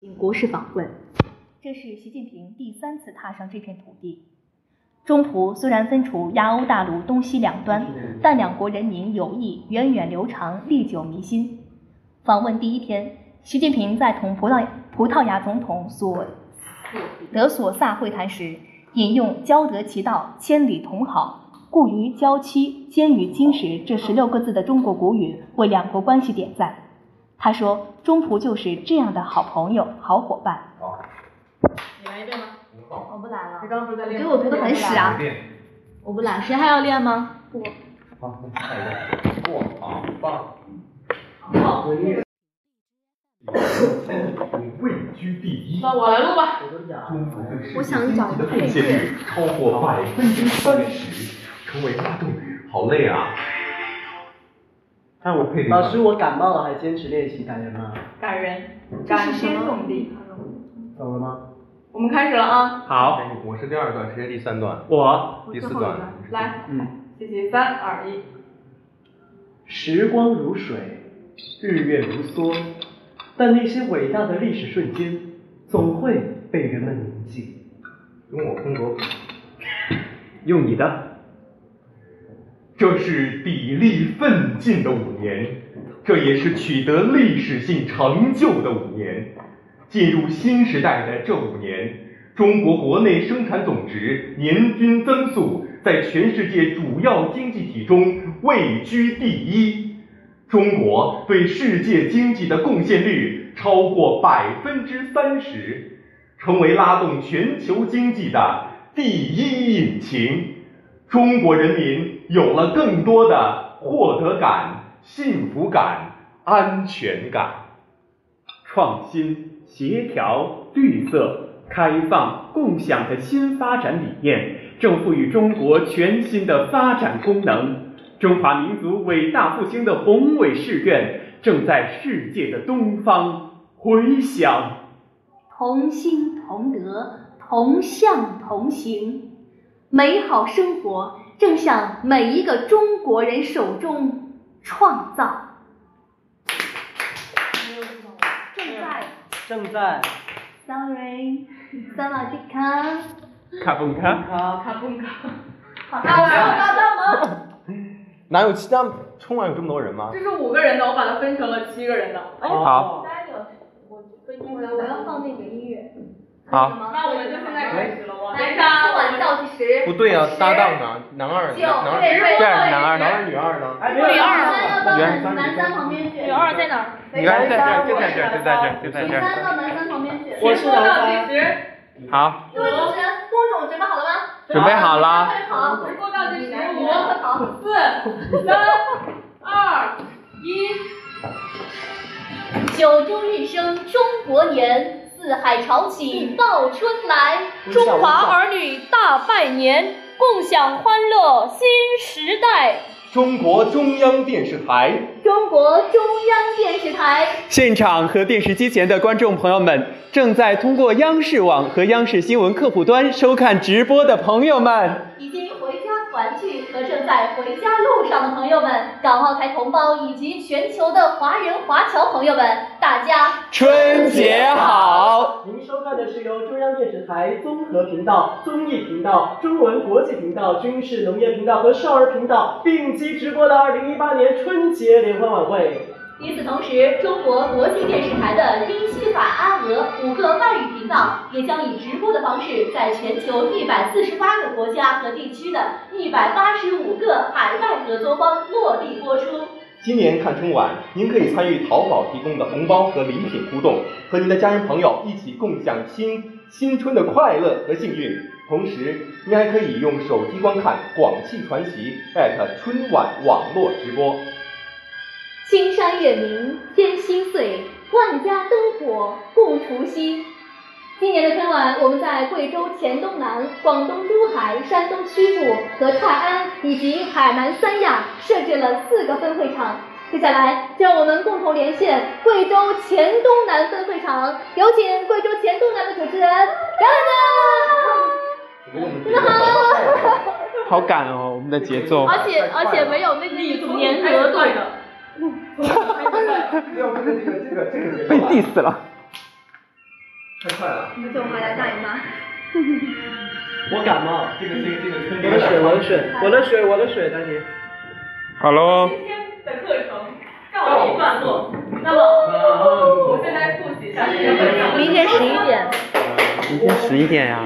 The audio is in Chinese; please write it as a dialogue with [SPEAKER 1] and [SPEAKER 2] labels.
[SPEAKER 1] 请国事访问。
[SPEAKER 2] 这是习近平第三次踏上这片土地。中途虽然分处亚欧大陆东西两端，
[SPEAKER 3] 嗯
[SPEAKER 2] 但两国人民友谊源远流长，历久弥新。访问第一天，习近平在同葡萄葡萄牙总统索德索萨会谈时，引用“交得其道，千里同好，故于交期，兼于今时”这十六个字的中国古语，为两国关系点赞。他说：“中葡就是这样的好朋友、好伙伴。
[SPEAKER 4] 你来一遍吧。
[SPEAKER 1] 我不来
[SPEAKER 4] 你
[SPEAKER 1] 了，
[SPEAKER 4] 刚刚不是在
[SPEAKER 1] 我
[SPEAKER 4] 练
[SPEAKER 1] 觉
[SPEAKER 4] 吗？
[SPEAKER 1] 得我读的很屎啊！
[SPEAKER 3] 练，
[SPEAKER 1] 我不来，谁还要练吗？不，
[SPEAKER 3] 好，那下一个，过，好棒。位居第一，
[SPEAKER 4] 那我来录吧。
[SPEAKER 3] 中国对世界
[SPEAKER 1] 我想找
[SPEAKER 3] 经济
[SPEAKER 1] 个
[SPEAKER 3] 的贡
[SPEAKER 1] 配
[SPEAKER 3] 献
[SPEAKER 1] 乐
[SPEAKER 3] 率超过百分之三十，成为拉动。好累啊！
[SPEAKER 5] 看我
[SPEAKER 3] 配的
[SPEAKER 5] 老师，我感冒了还坚持练习，感人吗？
[SPEAKER 4] 感人，
[SPEAKER 1] 这
[SPEAKER 4] 感
[SPEAKER 1] 是什
[SPEAKER 4] 天
[SPEAKER 1] 么
[SPEAKER 4] 动地。
[SPEAKER 5] 懂了吗？
[SPEAKER 4] 我们开始了啊！
[SPEAKER 5] 好，
[SPEAKER 3] 我是第二段，谁是第三段？
[SPEAKER 5] 我
[SPEAKER 3] 第四段。
[SPEAKER 4] 来，
[SPEAKER 5] 嗯，
[SPEAKER 4] 谢谢，三二一。
[SPEAKER 5] 时光如水，日月如梭，但那些伟大的历史瞬间，总会被人们铭记。
[SPEAKER 3] 跟我风格。
[SPEAKER 5] 用你的，
[SPEAKER 3] 这是砥砺奋进的五年，这也是取得历史性成就的五年。进入新时代的这五年，中国国内生产总值年均增速在全世界主要经济体中位居第一，中国对世界经济的贡献率超过百分之三十，成为拉动全球经济的第一引擎。中国人民有了更多的获得感、幸福感、安全感。
[SPEAKER 6] 创新、协调、绿色、开放、共享的新发展理念，正赋予中国全新的发展功能。中华民族伟大复兴的宏伟誓愿，正在世界的东方回响。
[SPEAKER 1] 同心同德，同向同行，美好生活正向每一个中国人手中创造。正在
[SPEAKER 5] 正在
[SPEAKER 1] ，sorry，萨瓦迪卡。
[SPEAKER 6] 卡蹦卡，
[SPEAKER 4] 好，卡布卡。
[SPEAKER 1] 好
[SPEAKER 4] 啊，我要搭档吗？
[SPEAKER 3] 哪有其他春晚有这么多人吗？
[SPEAKER 4] 这是五个人的，我把它分成了七个人的。
[SPEAKER 5] 哦
[SPEAKER 6] 好，
[SPEAKER 4] 我分
[SPEAKER 1] 我要我要放那个音乐。
[SPEAKER 6] 好
[SPEAKER 1] 可以吗
[SPEAKER 4] 那我们就现在开始了，哦我
[SPEAKER 1] 来，
[SPEAKER 4] 哎来
[SPEAKER 1] 春晚
[SPEAKER 4] 啊我
[SPEAKER 1] 倒计时。
[SPEAKER 3] 不对啊，
[SPEAKER 1] 十
[SPEAKER 3] 搭档呢？男二，
[SPEAKER 1] 九
[SPEAKER 3] 男二，
[SPEAKER 1] 对对
[SPEAKER 3] 这样男二，
[SPEAKER 4] 对
[SPEAKER 3] 男二女二呢？
[SPEAKER 5] 哎，
[SPEAKER 1] 女
[SPEAKER 5] 二，
[SPEAKER 1] 三要到
[SPEAKER 3] 原来
[SPEAKER 1] 男男三旁边去。
[SPEAKER 4] 女二在哪儿？
[SPEAKER 3] 女二在这儿，就在这儿，就在这儿，就在
[SPEAKER 1] 女
[SPEAKER 3] 这儿。
[SPEAKER 1] 三到男三旁边去。
[SPEAKER 5] 我是
[SPEAKER 4] 到
[SPEAKER 5] 男
[SPEAKER 4] 倒
[SPEAKER 5] 三
[SPEAKER 4] 计时，
[SPEAKER 6] 好，
[SPEAKER 1] 各位主持人，公主准备好了吗？
[SPEAKER 6] 准备好啦，
[SPEAKER 1] 快跑！
[SPEAKER 4] 直播倒计时
[SPEAKER 1] 女
[SPEAKER 4] 五、
[SPEAKER 1] 人快跑！
[SPEAKER 4] 四、三、二、一。
[SPEAKER 7] 九州日升中国年，四海潮起报春来，中华儿女大拜年，共享欢乐新时代。
[SPEAKER 3] 中国中央电视台
[SPEAKER 7] 中国中央电视台，
[SPEAKER 6] 现场和电视机前的观众朋友们，正在通过央视网和央视新闻客户端收看直播的朋友们。
[SPEAKER 7] 已经回家团聚和正在回家路上的朋友们，港澳台同胞以及全球的华人华侨朋友们，大家
[SPEAKER 6] 春节好！
[SPEAKER 5] 您收看的是由中央电视台综合频道、综艺频道、中文国际频道、军事农业频道和少儿频道并机直播的二零一八年春节联欢晚会。
[SPEAKER 7] 与此同时，中国国际电视台的英、西、法、阿、俄五个外语频道也将以直播的方式，在全球一百四十八个国家和地区的一百八十五个海外合作方落地播出。
[SPEAKER 3] 今年看春晚，您可以参与淘宝提供的红包和礼品互动，和您的家人朋友一起共享新新春的快乐和幸运。同时，您还可以用手机观看广汽传祺春晚网络直播。
[SPEAKER 7] 青山月明，天心碎，万家灯火共除夕。今年的春晚，我们在贵州黔东南、广东珠海、山东曲阜和泰安，以及海南三亚设置了四个分会场。接下来，让我们共同连线贵州黔东南分会场，有请贵州黔东南的主持人杨
[SPEAKER 3] 你们好。
[SPEAKER 6] 好赶哦，我们的节奏。
[SPEAKER 3] 而且而且没有，
[SPEAKER 7] 有那
[SPEAKER 4] 年合度的。嗯，
[SPEAKER 3] 要不是这个这个这个
[SPEAKER 6] 被 diss 了。
[SPEAKER 5] 太快了，
[SPEAKER 4] 你就回来大姨妈。
[SPEAKER 5] 我感冒，
[SPEAKER 3] 这个这个这个春
[SPEAKER 5] 我的水，我的水，我的水，我的水，丹尼。
[SPEAKER 8] Hello，
[SPEAKER 4] 今天的课程告一段落，那么
[SPEAKER 5] 啊
[SPEAKER 4] 我们再来复习一下今天的课程。
[SPEAKER 2] 明天十一点。
[SPEAKER 8] 明天十一点呀、